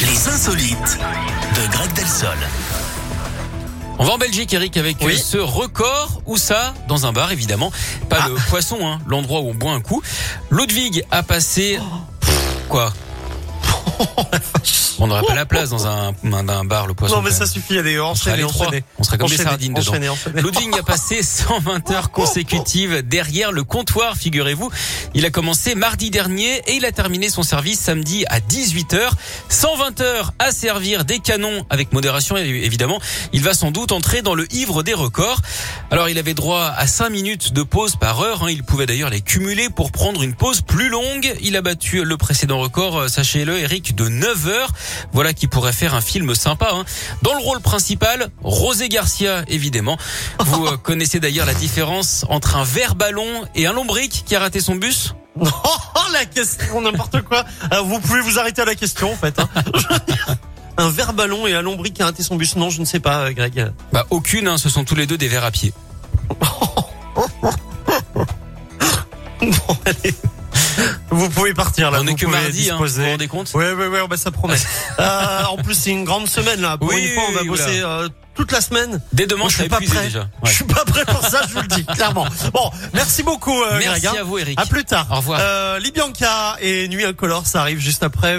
Les insolites de Greg Delsol. On va en Belgique, Eric, avec Oui. euh, ce record. Où ça Dans un bar, évidemment. Pas Ah. le poisson, hein, l'endroit où on boit un coup. Ludwig a passé... Oh. Quoi On n'aurait pas la place dans un, un- un bar, le poisson. Non, mais quand ça même. suffit, allez, on serait enchaînez, les trois. enchaînez. On serait comme des Enchaînez, sardines dedans. enchaînez, enchaînez. Ludwig a passé 120 heures consécutives derrière le comptoir, figurez-vous. Il a commencé mardi dernier et il a terminé son service samedi à 18h. 120 heures à servir des canons avec modération évidemment. Il va sans doute entrer dans le ivre des records. Alors il avait droit à 5 minutes de pause par heure. hein. Il pouvait d'ailleurs les cumuler pour prendre une pause plus longue. Il a battu le précédent record, euh, sachez-le Eric, de 9 heures. Voilà qui pourrait faire un film sympa. hein. Dans le rôle principal, Rosé Garcia, évidemment. Vous euh, connaissez d'ailleurs la différence entre un vert ballon et un lombric qui a raté son bus Oh, la question, n'importe quoi. Alors, vous pouvez vous arrêter à la question, en fait. hein. un verre ballon et un lombric qui a raté son bus. Non, je ne sais pas, euh, Greg. Bah aucune, hein, ce sont tous les deux des vers à pied. Bon, allez. Vous pouvez partir, là. On Bah, vous est que pouvez mardi, hein, vous vous disposer. rendez compte Ouais, ouais, ouais, bah, ça promet. Euh, en plus, c'est une grande semaine, là. Pour Oui, une fois, on va oui, bosser euh, toute la semaine. Dès demain, Moi, je je suis serai pas épuisé prêt. déjà. Ouais. Je suis pas prêt pour ça, je vous le dis, clairement. Bon, merci beaucoup, euh, Merci Greg. hein. à vous Eric. À plus tard. Au revoir. Euh, Libianca et Nuit Incolore, ça arrive juste après.